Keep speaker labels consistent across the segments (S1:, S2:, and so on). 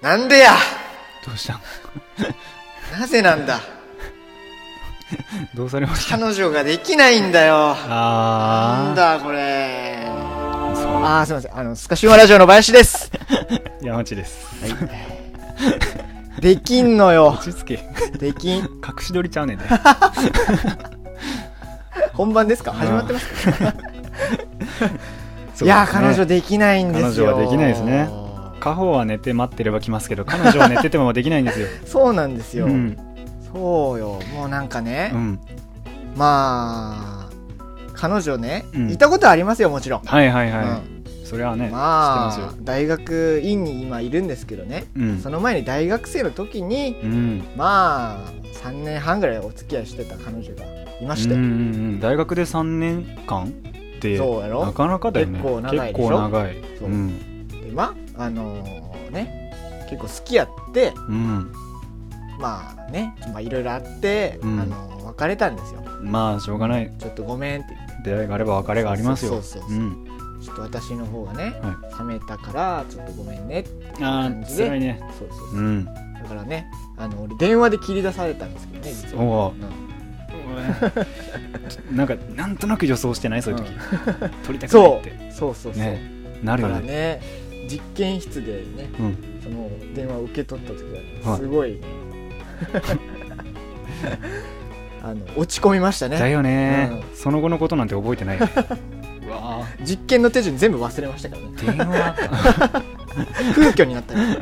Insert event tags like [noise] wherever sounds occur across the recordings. S1: なんでや
S2: どうしたん
S1: なぜなんだ
S2: どうされました
S1: 彼女ができないんだよなん
S2: あ
S1: だこれ
S2: あそう
S1: あーすいませんあのスカシウマラジオの林です
S2: 山内です、
S1: できんのよ
S2: 落ち着け
S1: できん
S2: 隠し撮りちゃ
S1: [laughs]
S2: うねんで
S1: 本番ですか
S2: ん
S1: 始まってますかいやー彼女
S2: で
S1: できないんですよ
S2: 彼女はできないですね家宝は寝て待ってれば来ますけど彼女は寝ててもできないんで
S1: [laughs]
S2: すよ
S1: そうなんですよ、
S2: うん、
S1: そうよもうなんかね、
S2: うん、
S1: まあ彼女ね、
S2: うん
S1: いたことはありますよもちろん、
S2: はいはいはい、
S1: う
S2: それはね、
S1: んま
S2: 知ってま
S1: あ
S2: すよ
S1: 大学院に今いるんですけどね、
S2: うん
S1: その前に大学生の時に
S2: うん
S1: まあ3年半ぐらいお付き合いしてた彼女がいまして、
S2: うんうんうん大学で3年間って
S1: そうやろ
S2: なかなかだよね
S1: 結構長いでしょ
S2: 結構長い
S1: そう
S2: うん
S1: でまああのーね結構好きやって
S2: うん、
S1: まあねまあいろいろあって、
S2: うん
S1: あのー別れたんですよ
S2: まあしょうがない
S1: ちょっとごめんって言って
S2: 出会いがあれば別れがありますよ
S1: そうそうそうそう
S2: うん
S1: ちょっと私の方がね、
S2: は
S1: 冷めたからちょっとごめんねって
S2: あ
S1: 感
S2: あ
S1: じで
S2: 辛いね
S1: そうそうそう、
S2: うん
S1: だからねあの俺電話で切り出されたんですけどね実は
S2: おお
S1: うん
S2: なんかなんとなく予想してないそういう時、撮りたくない
S1: そ
S2: っ
S1: う
S2: て
S1: そうそうそう、
S2: ね
S1: だ
S2: なる
S1: か
S2: よ
S1: ら
S2: ね
S1: ね実験室でね
S2: うん
S1: その電話を受け取った時
S2: は
S1: はいすごい、 [laughs] あの落ち込みました
S2: だ
S1: ね
S2: よね、
S1: う
S2: その後のことなんて覚えてな
S1: [laughs]
S2: いよねうわー
S1: 実験の手順全部忘れましたからね
S2: 電話
S1: 空虚にな
S2: [laughs]
S1: ったね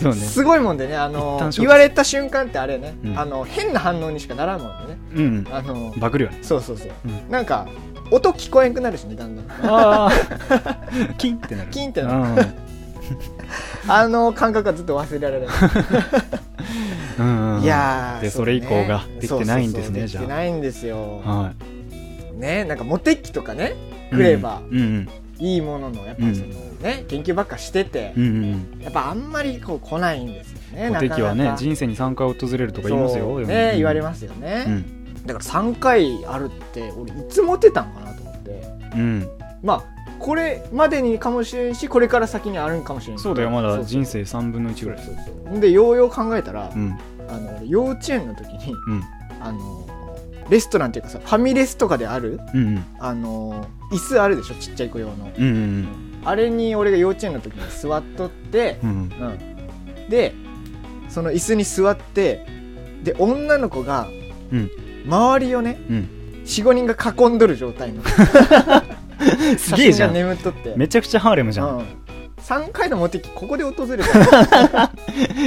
S2: そうね
S1: すごいもんでねあ
S2: 一
S1: の
S2: 旦消化
S1: 言われた瞬間ってあれね、
S2: うん
S1: あの変な反応にしかならんもんでね
S2: うん
S1: あの
S2: バグるよね
S1: そうそうそう、
S2: うん
S1: なんか音聞こえんくなるしねだんだん
S2: [laughs] ああ [laughs] キンってなる
S1: キンってな
S2: なる
S1: あの感覚はずっと忘れら
S2: [laughs]
S1: れない
S2: うんうんうん
S1: いやー
S2: で
S1: うね
S2: それ以降ができてないんで
S1: そうそう
S2: すね
S1: そうでき
S2: じ
S1: て
S2: ゃ
S1: ないんですよ
S2: あ、は
S1: ねなんかモテ期とかね
S2: い、
S1: くれば
S2: うんうん
S1: いいもののやっぱその、ね研究ばっかしてて
S2: う、んうん
S1: やっぱあんまりこう来ないんですよね
S2: うんモテ期はね
S1: なかなか
S2: 人生に3回訪れるとか言います
S1: そ
S2: よ
S1: うね言われ
S2: ま
S1: ますよね、
S2: うん
S1: だから3回あるって俺いつモテたんかなと思って
S2: うん
S1: まあこれまでにかもしれんしこれから先にあるんかもしれん
S2: そうだよまだ人
S1: 生
S2: 生3分の1ぐらい
S1: そうそうでようよう考えたら、
S2: うん
S1: あの俺幼稚園の時に
S2: うん
S1: あのレストランっていうかさファミレスとかである
S2: うん
S1: あの椅子あるでしょちっちゃい子用の
S2: うんうん
S1: あれに俺が幼稚園の時に座っとって
S2: う、ん
S1: うん、でその椅子に座ってで女の子が
S2: うん
S1: 周りをね
S2: うん
S1: 45人が囲んどる状態の
S2: [laughs] すげえじ
S1: 写真が
S2: ゃん
S1: 眠っとって
S2: めちゃくちゃハーレムじゃ
S1: うんん、3回のモテ期ここで訪れ
S2: [laughs]
S1: た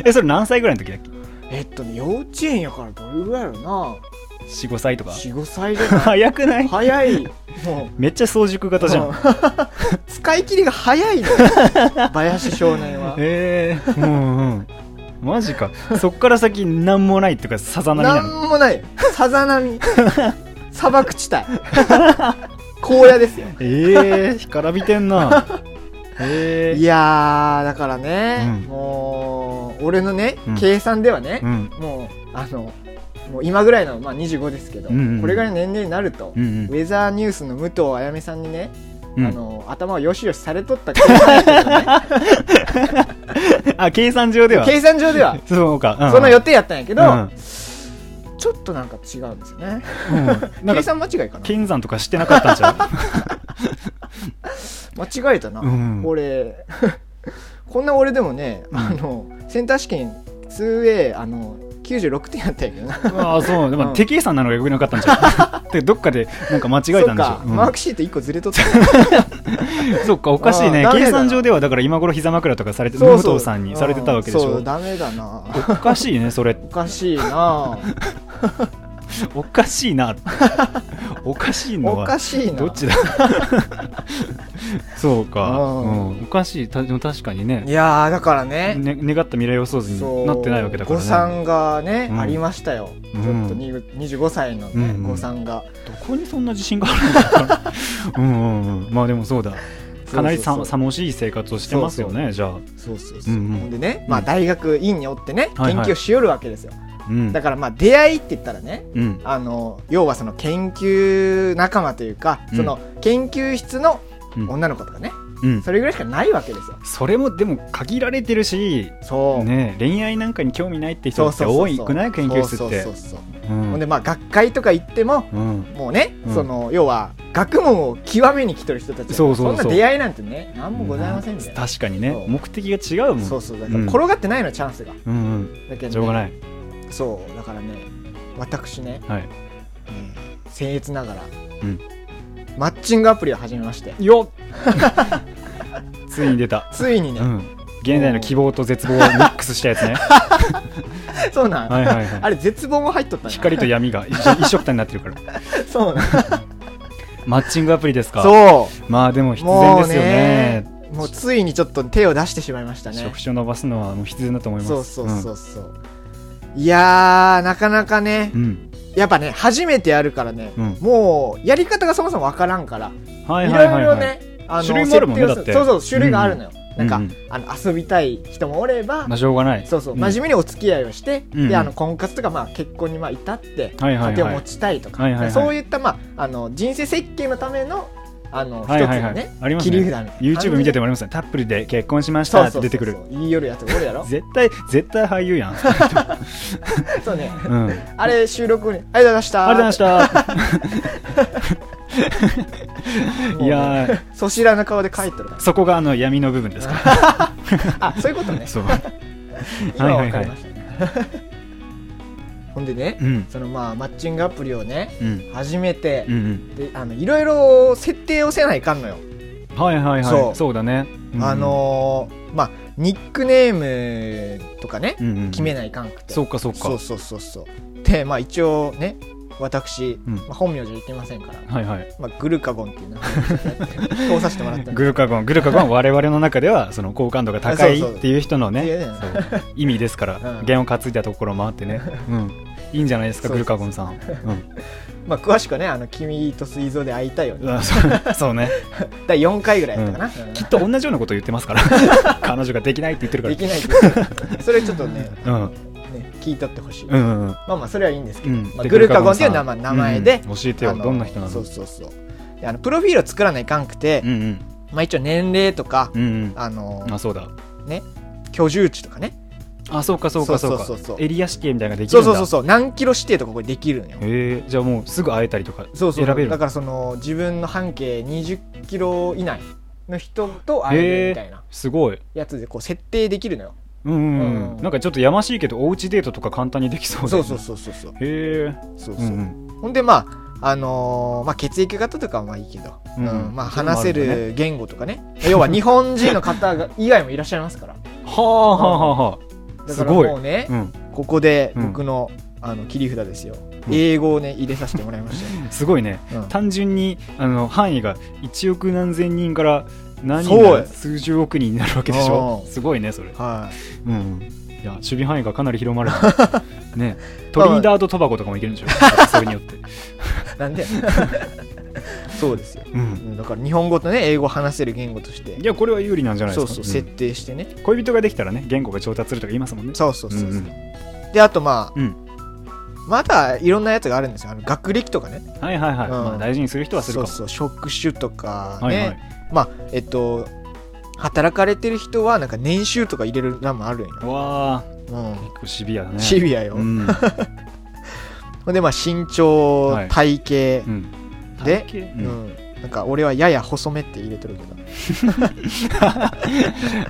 S2: えそれ何歳ぐらいの時だっけ
S1: えっとね幼稚園やからどれぐらいやろ
S2: 45歳と
S1: な
S2: か
S1: 45歳じゃない
S2: [laughs] 早くない
S1: 早い
S2: [laughs]
S1: もう
S2: めっちゃ早熟型じゃん
S1: うん [laughs] 使い切りが早
S2: [laughs]
S1: いの林少年は
S2: ええうんうんマジかそっから先何もないっていうかさざ波なの
S1: なんも
S2: [laughs]
S1: ないさざ波砂漠地帯荒野ですよ
S2: ええ干からびて
S1: [laughs]
S2: んなえ
S1: い
S2: え
S1: やーだからね、
S2: うん
S1: もう俺のね、
S2: うん
S1: 計算ではね
S2: う、ん
S1: もうあのもう今ぐらいの、まあ、25ですけど、
S2: うんうん
S1: これぐらいの年齢になると、
S2: うん
S1: ウェザーニュースの武藤あやめさんにね、
S2: うん
S1: あの頭をよしよしされとった計算ですよね
S2: あ計算上で [laughs] は
S1: 計算上では、
S2: そうか、うん
S1: その予定やったんやけど、
S2: うん
S1: ちょっとなんか違うんですよね
S2: うんなん
S1: 計
S2: か
S1: 算間違いかな
S2: 剣山とかしてなかった
S1: [laughs]
S2: んじゃん
S1: 間違えたな、
S2: うん
S1: 俺 [laughs] こんな俺でもね、
S2: うん
S1: あのセンター試験 2A あの96点やったんやけどな
S2: ああそうで
S1: う
S2: も
S1: ん
S2: 手計算なのがよくなかったんじゃん [laughs] でどっかでなんか間違えたんでし
S1: そ
S2: ょ
S1: うか、
S2: うん
S1: マークシート1個ずれとった
S2: [laughs] そっか、おかしいね
S1: あー。ダメだ
S2: 計算上では、だから今頃膝枕とかされて、 [laughs]
S1: そうそう
S2: 武藤さんにされてたわけでし
S1: うんそ
S2: ょ
S1: う。ダメだな
S2: おかしいね、それ。
S1: おかしい
S2: [laughs]
S1: な
S2: おかしいな。おかしいの
S1: お
S2: は
S1: か、しいな
S2: どっちだ [laughs] そうか。う
S1: うん
S2: んおかしい。たでも確かに
S1: い
S2: ね。
S1: やーだからね
S2: ね願った未来予想図
S1: そう
S2: になってないわけだから
S1: 誤
S2: ね。
S1: 算がね、
S2: うん
S1: ありましたよ、
S2: うん
S1: ちょっとに25歳の、
S2: うん
S1: ね
S2: うん
S1: 誤算が
S2: どこにそんな自信があるんだ [laughs] うんうんうん。まあでもそうだ。かなり
S1: そ
S2: さ
S1: うそうそう
S2: 寂しい生活をしてますよね、じゃあ。
S1: そうそうそう、
S2: うんうん
S1: ほんでね、
S2: うん
S1: まあ、大学院におってね、
S2: はいはい
S1: 研究をしよるわけですよ
S2: うん
S1: だ。からまあ出会いって言ったらね
S2: うん。
S1: あの要はその研究仲間というか、
S2: うん
S1: その研究室の
S2: うん
S1: 女の子とかね、
S2: うん
S1: それぐらいしかないわけですよ
S2: それもでも限られてるし、
S1: そう、
S2: ね、恋愛なんかに興味ないって
S1: そ
S2: 人
S1: う
S2: って
S1: そう
S2: 多
S1: そう
S2: い
S1: そう
S2: くない研究室って
S1: そうそうそうそう
S2: う
S1: ほんで
S2: ん
S1: まあ学会とか行っても
S2: うん
S1: もうね、
S2: うん
S1: その要は学問を極めに来てる人たち
S2: そうそうそうん
S1: な出会いなんてね何もございませんみたいな、
S2: 確かにね
S1: そう
S2: 目的が違うもん
S1: そうそうだから
S2: うん
S1: 転がってないのチャンスが
S2: うんうん
S1: だけど、ね、
S2: しょうがない
S1: そうだからね私ね、
S2: は
S1: う
S2: い
S1: ん、僭越ながら、
S2: うん
S1: マッチングアプリを始めまして
S2: よっついに
S1: [laughs]
S2: 出た
S1: ついにね、
S2: うん現代の希望と絶望をミックスしたや
S1: [laughs]
S2: つね
S1: そうなん、
S2: はいはいはい
S1: [laughs] あれ絶望も入っとったんだ
S2: 光と闇が一
S1: [laughs]
S2: 緒一緒くたになってるから
S1: そうなん
S2: マッチングアプリですか
S1: そ
S2: まあでも
S1: う
S2: 必
S1: も
S2: 然
S1: う
S2: ですよね
S1: ねもうついにちょっと手を出してしまいましたね
S2: 職種を伸ばすのはもう必然だと思います
S1: そうそうそうそう、いやーなかなかね、
S2: うん、
S1: やっぱね初めてやるからね、
S2: うん
S1: もうやり方がそもそもわからんから、
S2: うん、はいい
S1: ろ
S2: はいいはい
S1: ろ
S2: はい、
S1: ねあの
S2: 種類もあるもんね
S1: 設定をする
S2: だって
S1: そうそう種類があるのよ、
S2: うん
S1: なんか、
S2: うん
S1: あの遊びたい人もおれば、
S2: まあしょうがない
S1: そうそう、
S2: ん
S1: 真面目にお付き合いをして、
S2: うん
S1: であの婚活とか、まあ、結婚にまあ至って、
S2: はいはいはい
S1: 家庭を持ちたいとか、
S2: はいはいはい
S1: そういった、まあ、あの人生設計のためのあの一つのね、
S2: あります
S1: 切り札み
S2: ね
S1: たいな
S2: YouTube 見ててもありますねタップルで結婚しまし
S1: そ
S2: た
S1: う
S2: っ
S1: そ
S2: て
S1: うそう
S2: 出てくる
S1: 言い寄るやつおる
S2: [laughs]
S1: やろ
S2: 絶対絶対俳
S1: [laughs]
S2: 優やん、
S1: そうね
S2: うん、あり
S1: あれ収録後に「ありがとうございました」
S2: がとうございま
S1: [laughs]
S2: した
S1: もうね
S2: いやー
S1: そしらぬ顔で書い
S2: [laughs]
S1: てるから
S2: そこがあの闇の部分ですか
S1: あそういうことね
S2: らそう
S1: 今は
S2: は
S1: 分
S2: い
S1: か
S2: はいはい
S1: りましたね [laughs] ほんでね
S2: うん
S1: そのまあマッチングアプリをね
S2: うん
S1: 始めて
S2: う、ん
S1: であのいろいろ設定をせないかんのよ、
S2: うんはいはいはい
S1: そ
S2: そううだね、うん
S1: あのーまあニックネームとかね、
S2: うんうん
S1: 決めないかんくて
S2: そうかそうか
S1: そうそうそうそうでまあ一応ね私、
S2: うん
S1: まあ、本名じゃいけませんから、
S2: はいはい
S1: まあ、グルカゴンっていう名前で通させてもらったん
S2: [laughs] グルカゴングルカゴンは我々の中ではその好感度が高いっていう人の
S1: でい
S2: ね
S1: やいや
S2: 意味ですから、
S1: うん
S2: 弦を担いだところもあってね、うん、いいんじゃないですか
S1: そう
S2: グ
S1: そうそう
S2: ルカゴンさん、う
S1: まあ、詳しくはねあの「君と水蔵で会いたいよね [laughs]
S2: ん、あそうそうね
S1: 第4回ぐらいやったかな、うん
S2: きっと同じようなこと言ってますから
S1: [laughs]
S2: 彼女ができないって言ってるか
S1: で
S2: ら
S1: きないけ
S2: [laughs]
S1: どそれちょっとね
S2: うん
S1: ね聞いとってほしい、
S2: うんうんうん
S1: まあまあそれはいいんですけ
S2: う
S1: ど、
S2: ん
S1: まあ、
S2: で
S1: グルカゴンっていう名
S2: グ
S1: 前
S2: ルカゴ
S1: 名
S2: ンさん
S1: 前で、
S2: うんうん教えてよ
S1: あの
S2: どんな人なの
S1: そうそうそうであのプロフィールを作らないかんくて、
S2: うんうん
S1: まあ、一応年齢とか、
S2: うんうん
S1: あの
S2: あそうだ
S1: ね居住地とかね
S2: あそうかそうかそうか
S1: そうそうそうそう
S2: エリア指定みたいなのができ
S1: そ
S2: る
S1: うん
S2: だ
S1: そうそうそう何キロ指定とかこれできるんよ
S2: へえじゃあもうすぐ会えたりとか
S1: そうそう
S2: 選べる
S1: だからその自分の半径20キロ以内の人と会えるみたいな
S2: すごい
S1: やつでこう設定できるのよ、
S2: うんうん、
S1: う
S2: うんん、なんかちょっとやましいけどおうちデートとか簡単にできそうだ
S1: そ
S2: よ
S1: う
S2: ね
S1: そうそうそうそう
S2: へえ
S1: そう
S2: う
S1: そ
S2: ん
S1: う、
S2: うん
S1: ほんでまああのーまあ、血液型とかはまあいいけど、う
S2: うんん
S1: まあ、
S2: それもある
S1: 話せ
S2: んだね
S1: る言語とかね要は日本人の方が以外もいらっしゃいます
S2: [laughs]
S1: から
S2: はあはあはあは
S1: だ
S2: す
S1: から
S2: ごい
S1: もうね
S2: あ、うん、
S1: ここで
S2: うん
S1: 僕の,、あの切り札ですよ、
S2: うん
S1: 英語をね入れさせてもらいまし
S2: すごいね [laughs]
S1: たよ、うん
S2: 単純にあの範囲が1億何千人から何
S1: そう
S2: 人から数十億人になるわけでしょ
S1: うん
S2: すごいねそれ、
S1: は
S2: うんうん、いや守備範囲がかなり広
S1: [laughs]
S2: まるねねトリニダード・トバコとかもいけるんでしょそれによって、
S1: い
S2: [laughs]
S1: なんで [laughs] そうですよ
S2: うん、
S1: だから日本語とね英語を話せる言語として
S2: いやこれは有利なんじゃないで
S1: そ
S2: す
S1: う
S2: か
S1: そう、
S2: ん
S1: 設定してね
S2: 恋人ができたらね言語が調達するとか言いますもんね
S1: そうそうそうそう、
S2: うんうん
S1: であとまあ、
S2: うん
S1: まだいろんなやつがあるんですよあの学歴とかね
S2: はいはいはい、
S1: うん
S2: まあ、大事にする人はする
S1: そ
S2: か
S1: う
S2: も
S1: そう職種とかね、
S2: はいはい、
S1: まあえっと働かれてる人はなんか年収とか入れる欄もあるんよ、
S2: わ
S1: う
S2: あ結構シビアだ
S1: ん、
S2: ね
S1: シビアよ、
S2: うん、
S1: ほんでまあ身長、
S2: はい
S1: 体
S2: うん、
S1: 型で
S2: 体
S1: う
S2: 型
S1: ん、
S2: うん
S1: なんか俺はやや細めって入れてるけど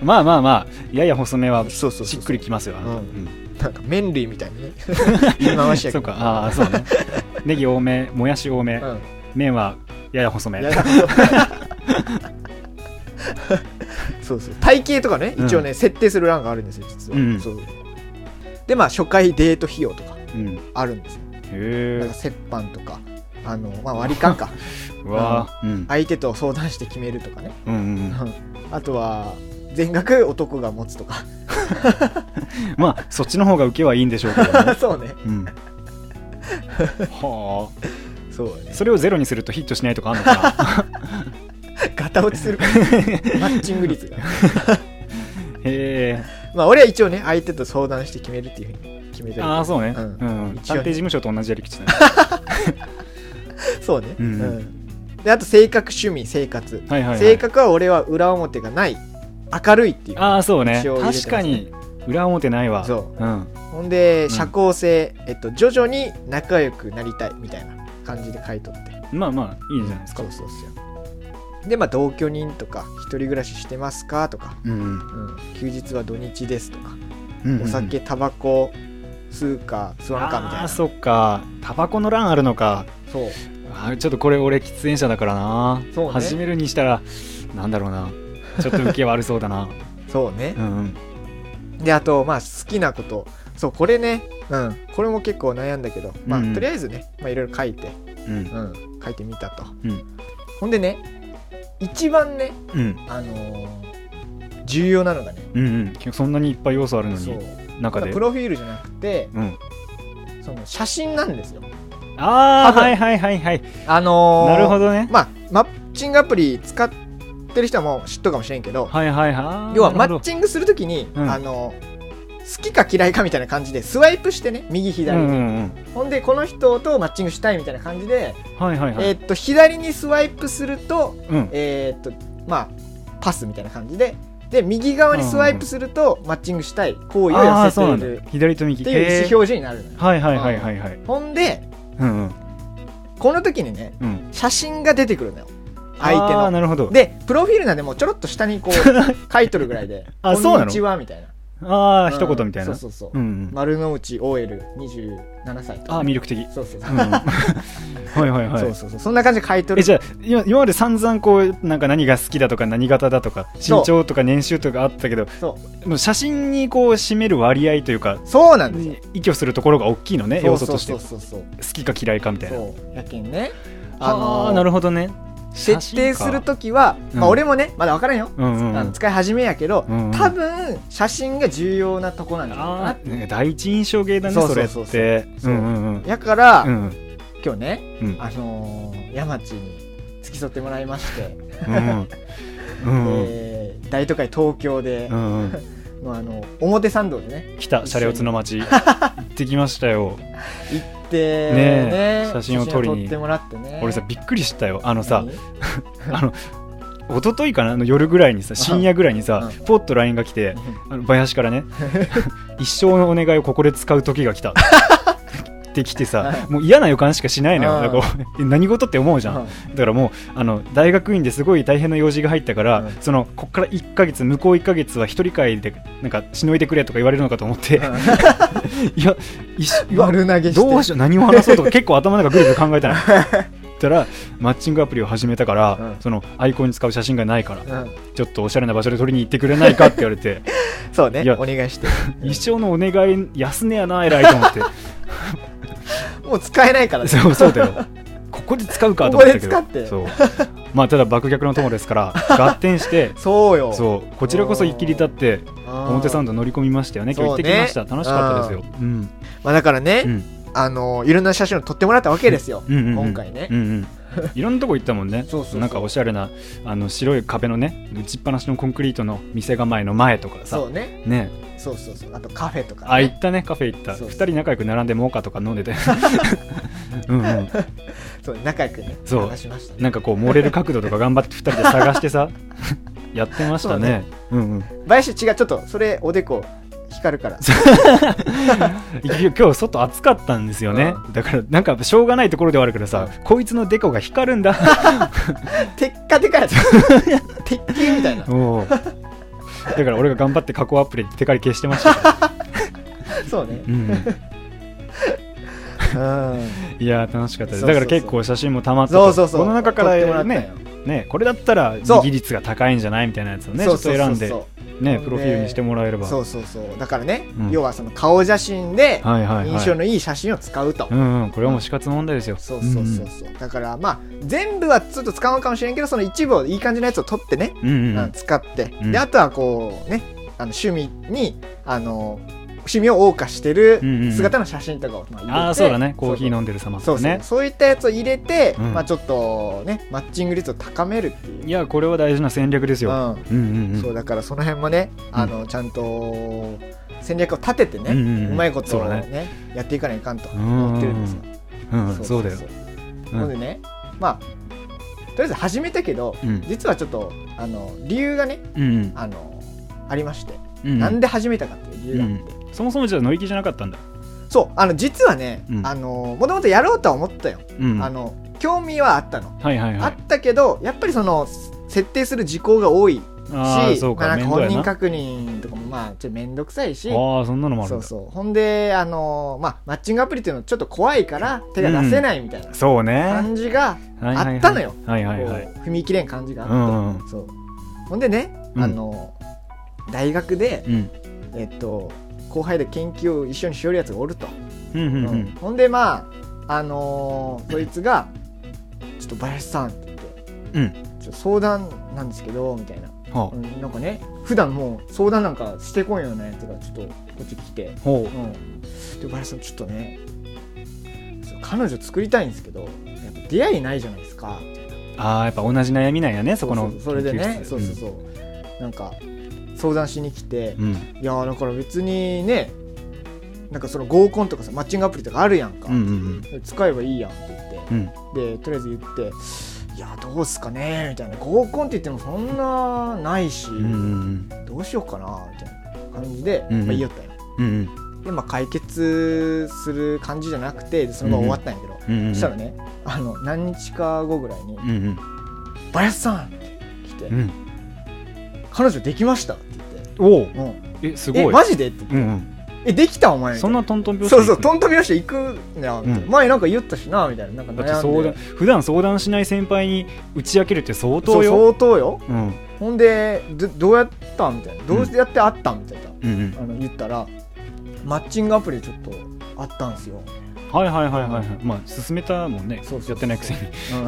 S2: まあまあまあやや細めは
S1: そうそうそう
S2: しっくりきますよあなた
S1: うん
S2: うん
S1: なんか麺類みたい
S2: [laughs]
S1: なね言い回しや
S2: そ
S1: けど
S2: うか、あ
S1: [laughs]
S2: あ、そうね。ネギ多め、もやし多め、
S1: うん
S2: 麺はやや細め。
S1: や [laughs] そうそう体型とかね一応ね、設定する欄があるんですよ実は、
S2: うん
S1: そうでまあ初回デート費用とか
S2: うん、へ
S1: あるんですよなん
S2: え
S1: か。折半とかあの、まあ、割り勘
S2: [laughs]
S1: か
S2: うわあ、うん、
S1: 相手と相談して決めるとかね
S2: うん、うん。
S1: あとは全額男が持つとか
S2: まあ、そっちの方が受けはいいんでしょうけどね。
S1: [laughs] そうね
S2: うん。はあ。
S1: そうね
S2: それをゼロにするとヒットしないとかあるのか
S1: [laughs]
S2: な。
S1: ガタ落ちする
S2: [laughs]
S1: からマッチング率が
S2: へ
S1: まあ俺は一応ね相手と相談して決めるっていうふうに決めて
S2: え。
S1: る
S2: ああ、そうね。
S1: う
S2: うんん。
S1: 一応
S2: 探
S1: ね [laughs]
S2: 偵事務所と同じやり口だね。
S1: そうね、
S2: うん
S1: うんであと性格趣味生活、
S2: はいはい、はい、
S1: 性格は俺は裏表がない明るいっていう
S2: ああそうね
S1: 一応入れてます
S2: 確かに裏表ないわ、
S1: そう
S2: ん、
S1: ほんで
S2: ん
S1: 社交性、えっと、徐々に仲良くなりたいみたいな感じで書いとって
S2: まあまあいいんじゃないですか
S1: そうそうそうでまあ同居人とか一人暮らししてますかとか、
S2: うん
S1: うん休日は土日ですとか、
S2: うん
S1: お酒タバコ吸うか吸わんかみたい
S2: あー
S1: な
S2: そっかタバコの欄あるのか
S1: そう
S2: あーちょっとこれ俺喫煙者だからな、
S1: そうね
S2: 始めるにしたらなんだろうなちょっと受け悪そ
S1: [laughs]
S2: うだな
S1: そうね
S2: う、んうん
S1: であとまあ好きなことそうこれねうんこれも結構悩んだけどまあ、
S2: うん
S1: とりあえずねまあいろいろ書いて、
S2: うん
S1: うん、書いてみたと、
S2: うん
S1: ほんでね一番ね
S2: うん
S1: あのー重要なのがね
S2: うんうんそんなにいっぱい要素あるの
S1: そう
S2: に中で
S1: プロフィールじゃなくて
S2: うん
S1: その写真なんですよ
S2: あ
S1: 多
S2: あ
S1: 分
S2: はいはいはいはい
S1: あのー
S2: なるほどね
S1: まあマッチングアプリ使ってる人はもう知っとるかもしれんけど、
S2: はいはいはい
S1: 要はマッ
S2: チ
S1: チングするときに、
S2: うん
S1: あの好きか嫌いかみたいな感じでスワイプしてね右
S2: うん
S1: 左
S2: う
S1: に、
S2: んうん
S1: ほんでこの人とマッチングしたいみたいな感じで、
S2: はいはいはい、
S1: えーっと左にスワイプすると
S2: うん
S1: えーっとまあパスみたいな感じでで右側にスワイプすると、マッチングしたい行為を
S2: ああ
S1: 寄
S2: ーそう
S1: せ
S2: なん
S1: ている
S2: だ左と右
S1: っていう意思
S2: へー
S1: 表示になるのよ、
S2: はいはいはいはいはい
S1: ほんで
S2: うんうん
S1: この時にね
S2: うん
S1: 写真が出てくるのよ相手
S2: あー
S1: の
S2: なるほど
S1: でプロフィールなんでもうちょろっと下にこ
S2: [laughs]
S1: う書いとるぐらいで「
S2: あそうなの
S1: こんにちは」みたいな
S2: ああ
S1: うん
S2: 一言みたいな
S1: そうそうそう、
S2: うんうん
S1: 丸の内 OL27 歳と
S2: ああ魅
S1: [laughs]
S2: 力的
S1: そうそうそう
S2: う,、んはいはいはい
S1: そうそうそうそんな感じで書いとる
S2: えじゃあ今今まで散々こうなんか何が好きだとか何型だとか
S1: そう
S2: 身長とか年収とかあったけど
S1: そう
S2: もう写真にこう占める割合というか
S1: そうなんですよ
S2: 依拠するところが大きいのね要素として
S1: そう
S2: 好
S1: そうそうそう
S2: きか嫌いかみたいな
S1: そうやけんね
S2: あーなるほどね
S1: 設定する
S2: 写真か
S1: ときは、
S2: うん
S1: まあ、俺もねまだ分からんよ、
S2: うんうんう
S1: あの
S2: ん
S1: 使い始めやけど、
S2: うんうん
S1: 多分写真が重要なとこなんじゃないかな
S2: あ
S1: って
S2: ーなんか第一印象系だね
S1: そう
S2: そ
S1: そう
S2: れっ
S1: そうそう
S2: て
S1: そう
S2: うんうんうん
S1: やから、
S2: うん
S1: 今日ね
S2: うん
S1: あのー、山地に付き添ってもらいまして、
S2: うんうんうん
S1: えー大都会東京で、
S2: うんうん
S1: のあの表参道でね
S2: 来たシャレオツの街行ってきましたよ
S1: 行って
S2: ね
S1: ね
S2: え写真を撮りに
S1: 写真ってもらってね
S2: 俺さびっくりしたよあのさ
S1: 何
S2: あの一昨日かなあの夜ぐらいにさ深夜ぐらいにさ
S1: う
S2: ポッと LINE が来てあの林か
S1: [laughs]
S2: らね一生のお願いをここで使う時が来たって来てさもう嫌な予感しかしないのよ
S1: うん
S2: なんかお何事って思うじ
S1: [laughs]
S2: ゃんだからもうあの大学院ですごい大変な用事が入ったから、
S1: うん
S2: そのこっから1ヶ月向こう1ヶ月は一人会でなんかしのいでくれとか言われるのかと思って、
S1: [laughs]
S2: いや一緒
S1: うん丸投げして
S2: どうしよう何を話そうとか結構頭の中ぐるぐる考
S1: [laughs]
S2: えたのそしたらマッチングアプリを始めたから、
S1: うん
S2: そのアイコンに使う写真がないから
S1: うん
S2: ちょっとおしゃれな場所で撮りに行ってくれないかって言われて
S1: そうね
S2: いや
S1: お願いして
S2: 一生のお願い安値やな偉いと思
S1: [laughs]
S2: って
S1: もう使えないからね
S2: そうそうだよここで使うかと思ったけど
S1: ここで使
S2: そうまあただ爆逆の友ですから合点して
S1: [laughs] そうよ
S2: そうこちらこそ生きり立って表参
S1: 道
S2: 道乗り込みましたよね今日行
S1: そ
S2: っ
S1: うね
S2: てきました、楽しかったですよ、うん
S1: まあだからね、
S2: うん
S1: あのいろんな写真を撮ってもらったわけですよ、
S2: うんうんうん
S1: 今回ね、
S2: うんうん、いろんなとこ行ったもんね
S1: そうそうそう
S2: なんかおしゃれなあの白い壁のね打ちっぱなしのコンクリートの店構えの前とか
S1: そ
S2: さ
S1: うね
S2: ね
S1: そうそうそうあとカフェとか、ね、
S2: あ行ったねカフェ行った
S1: そう
S2: 二
S1: そう
S2: 人仲良く並んでモーカとか飲んでて
S1: [laughs]
S2: うん、うん、
S1: そう仲良くね
S2: そう
S1: 話しましたね
S2: なんかこう漏れる角度とか頑張って二人で探し
S1: [laughs]
S2: てさやってましたねうんうん
S1: 林違うちょっとそれおでこ光るから
S2: いや今日外暑かったんですよね、だからなんかしょうがないところではあるからさ、こいつのデコが光るんだ
S1: テッカテカや
S2: [laughs]
S1: つ鉄球みたいな
S2: おうだから俺が頑張って加工アプリでテカリ消してましたよ、
S1: そうね
S2: うん、
S1: うん
S2: いやー楽しかったで
S1: そうそう
S2: す
S1: そう
S2: だから結構写真もたまってて
S1: そうそうそう
S2: この中か
S1: 撮ってもら
S2: ら
S1: った
S2: ね
S1: よ
S2: ねこれだったら
S1: そう
S2: 握り率が高いんじゃないみたいなやつをねち
S1: そ
S2: ょ
S1: う
S2: っ
S1: そう
S2: と
S1: そう
S2: 選んで
S1: そう
S2: ね
S1: で
S2: プロフィールにしてもらえれば
S1: そうそうそうだからね、
S2: うん
S1: 要はその顔写真で
S2: はいはい
S1: 印
S2: は
S1: 象
S2: い
S1: のいい写真を使うと、
S2: うんうんこれはもう死活問題ですよ
S1: そうそうそうそうだからまあ全部はちょっと使うかもしれんけどその一部をいい感じのやつを取ってね、
S2: うんうんう
S1: うんん使って、
S2: うん
S1: であとはこうねあの趣味にあの趣味を謳歌してる
S2: うんうん
S1: 姿の写真とかをまあ入れて、
S2: ああそうだねコーヒー
S1: の
S2: 飲んでる様
S1: そ
S2: と
S1: う
S2: か
S1: そう
S2: ね
S1: そういったやつを入れて、
S2: うん
S1: まあ、ちょっとねマッチング率を高めるっていう
S2: いやこれは大事な戦略ですよ
S1: うん
S2: うんうんうん
S1: そうだからその辺もねあのちゃんと戦略を立ててね、
S2: う
S1: うん
S2: うんうん
S1: まいこと
S2: そ
S1: を
S2: うだ
S1: ねやっていかないかんと思ってるんですよ。
S2: うんそうだよ
S1: そう
S2: うん
S1: なのでねまあとりあえず始めたけど、
S2: うん
S1: 実はちょっとあの理由がね
S2: うん
S1: あのありまして、
S2: うん
S1: なんで始めたかっていう理由があって、
S2: そもそもじゃあ乗り気じゃなかったんだ
S1: そうあの実はね、
S2: うん
S1: あのもともとやろうとは思ったよ、
S2: うん
S1: あの興味はあったの、
S2: はいはいは
S1: あ
S2: い
S1: ったけどやっぱりその設定する事項が多いし
S2: ああそ
S1: ま
S2: うか
S1: あな
S2: 面
S1: んか
S2: 倒
S1: 本
S2: や
S1: 人
S2: なあ
S1: 確認とかもまあちょっと面倒くさいし
S2: あそんなのもある
S1: そ
S2: ん
S1: う
S2: だ
S1: そうほんであのまあマッチングアプリっていうのはちょっと怖いから手が出せないみたいな
S2: そうね
S1: 感じが
S2: はいはいはい
S1: あったのよ
S2: はい
S1: こう
S2: はいはい
S1: 踏み切れん感じが
S2: う
S1: あ
S2: ん
S1: ってそうほんでね
S2: うん
S1: あの大学で
S2: うん
S1: えっと後輩で研究を一緒にしよるやつがおると
S2: うんうんう
S1: うん
S2: ん
S1: ほんでまああのーそいつが「ちょっと林さん」って言って
S2: うん
S1: 「ちょっと相談なんですけど」みたいな
S2: は
S1: うんなんかね普段もう相談なんかしてこんようなやつがちょっとこっち来て
S2: あほう
S1: うんでバラさんちょっとねそう彼女作りたいんですけどやっぱ出会いないじゃないですかみたいな
S2: ああやっぱ同じ悩みなんやねそこの
S1: ううそれでね
S2: 研究室
S1: そうそうそう、なんか相談しに来て、
S2: うん
S1: いやーだから別にねなんかその合コンとかさマッチングアプリとかあるやんか、
S2: うんうん
S1: 使えばいいやんって言って
S2: うんう
S1: で
S2: ん
S1: とりあえず言って「いやーどうすかね」みたいな合コンって言ってもそんなないし、
S2: うんうん
S1: どうしようかなみたいな感じで、
S2: うん
S1: ま
S2: うん
S1: あ、言いよったよ
S2: うんうん
S1: で、まあ、解決する感じじゃなくてそのまま終わったんやけど、
S2: うんうん
S1: そしたらねあの何日か後ぐらいに
S2: うんうん
S1: 「バヤスさん!」って来て、
S2: うん
S1: 彼女できました」って言って
S2: おう
S1: 「うん、
S2: えす
S1: え
S2: ごい
S1: マジで?」って言って
S2: うん
S1: 「えできたお前」みた
S2: うんそ
S1: い
S2: ん
S1: な
S2: なトントン拍子
S1: そうそう
S2: ト
S1: トントン拍子行くんだよ、みたいな
S2: うん
S1: 前なんか言ったしなみたいななんか
S2: だって相
S1: 悩ん
S2: 談
S1: で
S2: 普段相談しない先輩に打ち明けるって相
S1: そ
S2: 当
S1: う
S2: よ
S1: 相当よ
S2: うん
S1: ほんでどどうやったみたいなどうやって会ったみたいな、
S2: うんうん
S1: あの言ったらマッチングアプリでちょっとあったんですよ、
S2: はいはいはいはいはいまあ進めたもんね
S1: そうそうそう
S2: やってないくせ
S1: [laughs]
S2: にう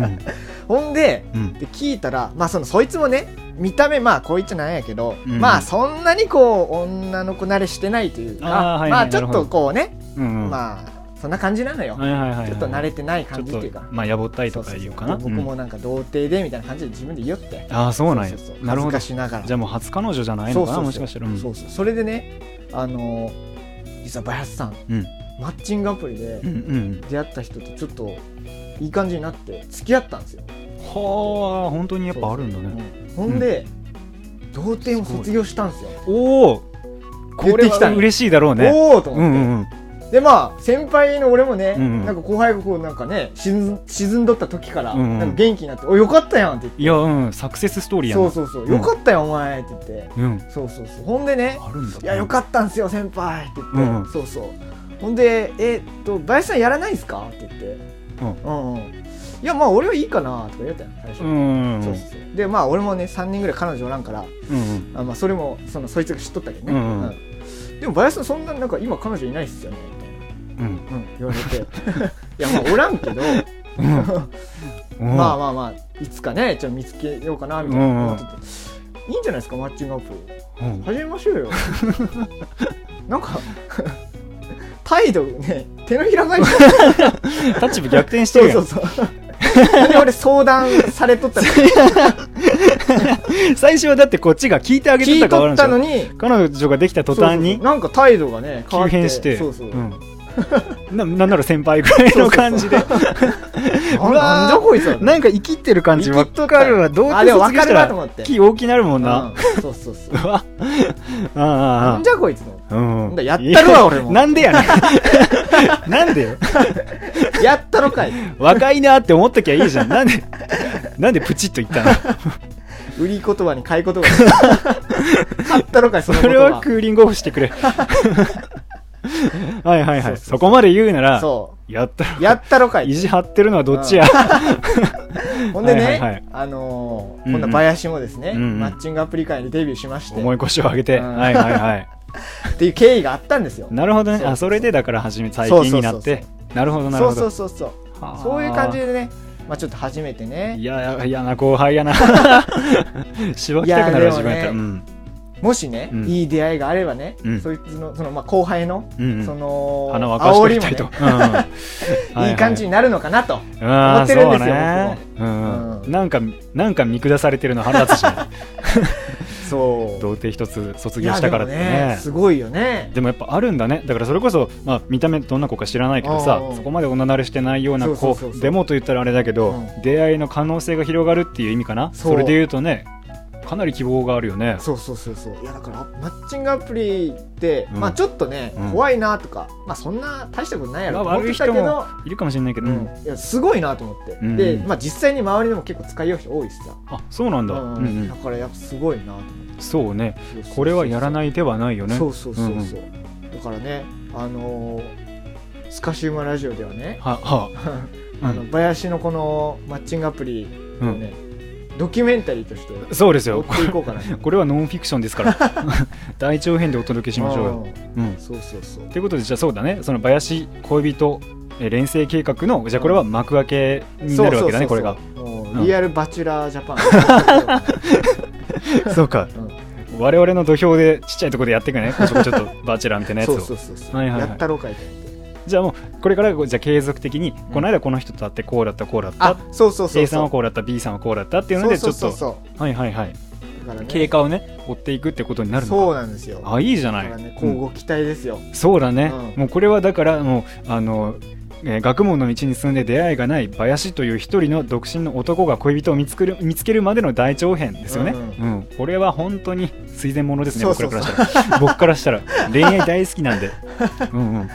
S2: ん
S1: うん [laughs] ほんで
S2: うん
S1: で聞いたらまあそのそいつもね見た目まあこいつなんやけど、
S2: うん
S1: まあそんなにこう女の子慣れしてないというか
S2: あーはいはい
S1: まあちょ
S2: な
S1: っ
S2: るほ
S1: と
S2: ど
S1: こうね、
S2: うんうん
S1: まあそんな感じなのよ、
S2: はいはいはいはい
S1: ちょっと慣れてない
S2: ちょ
S1: 感
S2: っ
S1: じっていう
S2: と
S1: か
S2: まあやぼったい
S1: そ
S2: と
S1: うそ
S2: か
S1: うそう
S2: 言うかな
S1: 僕も
S2: うん
S1: なんか童貞でみたいな感じで自分で言って
S2: ああそうなんや
S1: そうそうそう
S2: なるほど
S1: 恥ずかしながら
S2: じゃあもう初彼女じゃない
S1: そ
S2: の
S1: う
S2: か
S1: そう
S2: な
S1: そう
S2: もしかしたらうん
S1: そうそうそれでねあのー実はバヤスさん
S2: うん
S1: マッチングアプリで
S2: うんうん
S1: 出会った人とちょっといい感じになって付き合ったんですよ
S2: はあ本当にやっぱあるんだね
S1: うんほんで、童貞を卒業したんですよ
S2: おおこ
S1: 言っ
S2: れ
S1: てきた
S2: は
S1: の
S2: 嬉しいだろうね
S1: おおと
S2: う
S1: 思
S2: ん
S1: って、
S2: うんうん
S1: でまあ先輩の俺もね、
S2: うんうん
S1: なんか後輩がこうなんかね沈ん沈んどった時から
S2: うんうん
S1: なんか元気になって「およかったやん」って言って
S2: いやうんサクセスストーリーや
S1: そう
S2: な
S1: そうそう「
S2: うん
S1: よかったよお前」って言って
S2: うん
S1: そうそうそうほんでね
S2: あるんだ
S1: 「いやよかったんすよ先輩」って言って、
S2: うんうん
S1: そうそうほんで「えっと林さんやらないんすか?」って言って
S2: う
S1: 「うんうんいやまあ俺はいいかな」とか言ったよ最初、
S2: うんうん
S1: そうそうそうでまあ俺もね3人ぐらい彼女おらんから
S2: うんうん
S1: あまあそれもそのそいつが知っとったけどね、
S2: うんうん
S1: でも林さんそんななんか今彼女いないっすよねみたいな
S2: うん
S1: うん、言われ
S2: [laughs]
S1: ていやまあおらんけど
S2: うんうん
S1: まあまあまあいつかねちょっと見つけようかなみたいな思ってて、いいんじゃないですかマッチングアプリ
S2: うん
S1: 始めましょうよ [laughs] なんか態度ね手のひら返し
S2: 立場逆転して
S1: そ
S2: る
S1: う
S2: や
S1: そうん
S2: [laughs]
S1: そうなんで俺相談されとったの
S2: 最初はだってこっちが聞いてあげ
S1: 聞
S2: て
S1: い
S2: たか
S1: と
S2: ら分
S1: っ
S2: か
S1: た
S2: る
S1: の
S2: んでし
S1: に
S2: ょ彼女ができた途端
S1: そうそうそう
S2: に
S1: なんか態度がね変わ
S2: 急
S1: って
S2: 変して
S1: そうそう、
S2: うんななんなら先輩ぐらいの感じで
S1: あ
S2: うわー
S1: なんだこいつは
S2: なんか生きってる感じ
S1: 生
S2: 分
S1: きとった
S2: かるわどう
S1: あでも分かるなと思って
S2: 気大きなるもん
S1: う
S2: な、
S1: んそうそうそう
S2: うわあ
S1: な
S2: ああ
S1: んじゃこいつの
S2: あうん
S1: だやったるわ俺も
S2: なんでやねんなんでよ
S1: やったのかい
S2: 若いなって思っときゃいいじゃんなんでなんでプチッと言ったの
S1: 売り言葉に買い言葉に買ったのかいその
S2: そ
S1: 言
S2: れは
S1: 葉
S2: クーリングオフ
S1: [laughs]
S2: してくれはいはい
S1: そ
S2: は
S1: うそう
S2: い
S1: そう
S2: そこまで言うなら
S1: そ
S2: やったら
S1: うやったろか
S2: 意
S1: い
S2: 地張ってるのはどっちや
S1: ほんでね、
S2: はいはいはい
S1: あのー
S2: うんう
S1: こん
S2: ん
S1: な林もですね、
S2: うんうん
S1: マッチングアプリ界にデビューしまして
S2: 重い腰を上げて、
S1: うん
S2: はいはいはい
S1: っていう経緯があったんですよ
S2: なるほどね
S1: そうそう
S2: あそれでだから始め最
S1: そう
S2: 近
S1: そうそう
S2: になってなるほどなる
S1: そ
S2: ほ
S1: うそ
S2: ど
S1: うそうそう
S2: はあ
S1: そういう感じでねまあちょっと初めてね
S2: いやいや嫌な後
S1: [laughs]
S2: 輩やな
S1: や
S2: しばきたくないる自分やったら、
S1: でも
S2: うん
S1: もしね、
S2: うん
S1: いい出会いがあればね、
S2: うん
S1: そいつのその、まあ、後輩の、
S2: うんうん
S1: その
S2: 花沸かしてみたいと、
S1: 煽りもね
S2: うん
S1: いい感じになるのかなと、
S2: 思
S1: ってるんですよ
S2: ね、うん
S1: 僕も
S2: なんかなんか見下されてるの腹立つしね
S1: そう
S2: 童貞一つ卒業したからって
S1: いやでも
S2: ね
S1: すごいよね
S2: でもやっぱあるんだねだからそれこそ、まあ、見た目どんな子か知らないけどさ
S1: うんうん
S2: そこまで女慣れしてないような
S1: そう
S2: 子
S1: そうそうそう
S2: でもと言ったらあれだけど、
S1: うん
S2: 出会いの可能性が広がるっていう意味かな
S1: そ
S2: そうれで言うとねかなり希望があるよね
S1: そうそうそうそういやだからマッチングアプリって、
S2: うん
S1: まあちょっとね、
S2: うん
S1: 怖いなとかまあそんな大したことないやろと
S2: まあ
S1: 思ってたけど、
S2: 悪い人いるかもしれないけど、うん
S1: うんいやすごいなと思って、
S2: うん
S1: で、まあ、実際に周りでも結構使いよう人多いしさ、
S2: あそうなんだ、
S1: うん
S2: うんうん
S1: だからやっぱすごいなと思って
S2: そうねこれはやら
S1: い
S2: ない手はないよね
S1: そうそうそうそう、
S2: うんうん
S1: だからねあのースカシウマラジオではね、
S2: ははう
S1: [laughs]
S2: ん
S1: あの林のこのマッチングアプリ
S2: う
S1: を
S2: ん
S1: ね、ドキュメンタリーとして
S2: そうです
S1: 追
S2: よ
S1: っていこうかな
S2: [laughs] これはノンフィクションですから [laughs] 大長編でお届けしましょうよ。うん
S1: うんそうそうそう
S2: ということでじゃあそうだねその林恋人えー連成計画のじゃあこれは幕開けになるわけだね
S1: そ
S2: こ
S1: う
S2: れ
S1: そう
S2: が
S1: そうもう
S2: うん
S1: リアルバチュラージ
S2: [laughs]
S1: ャパン [laughs]
S2: そうか我々の土俵でちっちゃいところでやっていくねこちょこちょっとバチェランってなやつ
S1: [laughs] そう
S2: を
S1: そうそうそう、
S2: はいはいはい
S1: やったろうかいと思って
S2: じゃあもうこれからこうじゃあ継続的にこの間この人と会ってこうだったこうだった
S1: あそうそうそうそう
S2: A さんはこうだった B さんはこうだったっていうのでち
S1: そ
S2: ょ
S1: う
S2: っ
S1: そう
S2: と
S1: そうそう
S2: はいはいはい
S1: だからね
S2: 経過をね追っていくってことになる
S1: そう
S2: の
S1: なんですよ
S2: かあいいじゃ
S1: だ
S2: な
S1: か
S2: い
S1: らね
S2: う
S1: 今
S2: ん
S1: 後期待ですよ、
S2: そうだね、
S1: うん
S2: もうこれはだからもうあの、えー学問の道に進んで出会いがない林という一人の独身の男が恋人を見つける見つけるまでの大長編ですよね、
S1: う
S2: うんこれは本当に推薦ものですね
S1: そうそう
S2: 僕らからしたら [laughs] 僕からしたら恋愛大好きなんでうん、うん、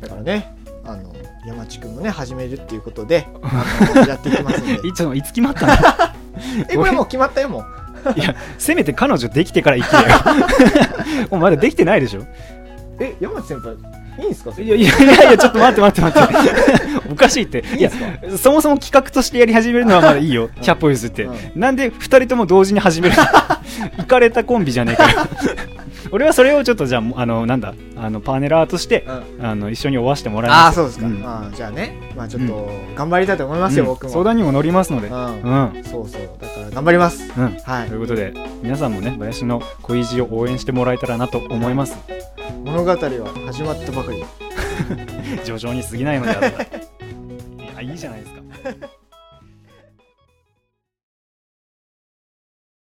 S1: だからねあの山地君もね始めるっていうこと [laughs] であのやっていきますんで
S2: いついつ決まったの [laughs]
S1: えこれもう決まったよもう
S2: いやせめて彼女できてから生きれよ [laughs] もうまだできてないでしょ
S1: え山地先輩いいんですかそれ
S2: いやいやいやいやちょっと待って待って待って [laughs] おかしいって
S1: い
S2: い
S1: いん
S2: や
S1: すか
S2: そもそも企画としてやり始めるのはまだいいよ、100歩譲って、
S1: う
S2: なんで2人とも同時に始める [laughs] のイカれたコンビじゃねえか [laughs] よ俺はそれをちょっとじゃあもうあのなんだあのパネラーとして
S1: うん
S2: あの一緒に追わせてもらい
S1: あ
S2: ま
S1: あ
S2: す
S1: そうですか、
S2: ん
S1: あーじゃあねまあちょっと頑張りたいと思いますよ、
S2: うん
S1: 僕も
S2: 相談にも乗りますので、
S1: うん
S2: うん
S1: そうそうだから頑張ります
S2: うん
S1: はい
S2: ということで皆さんもね林の恋路を応援してもらえたらなと思い [laughs] ます
S1: 物語は始まったばかりです
S2: [laughs] 徐々に過ぎないのであればいやいいじゃないですか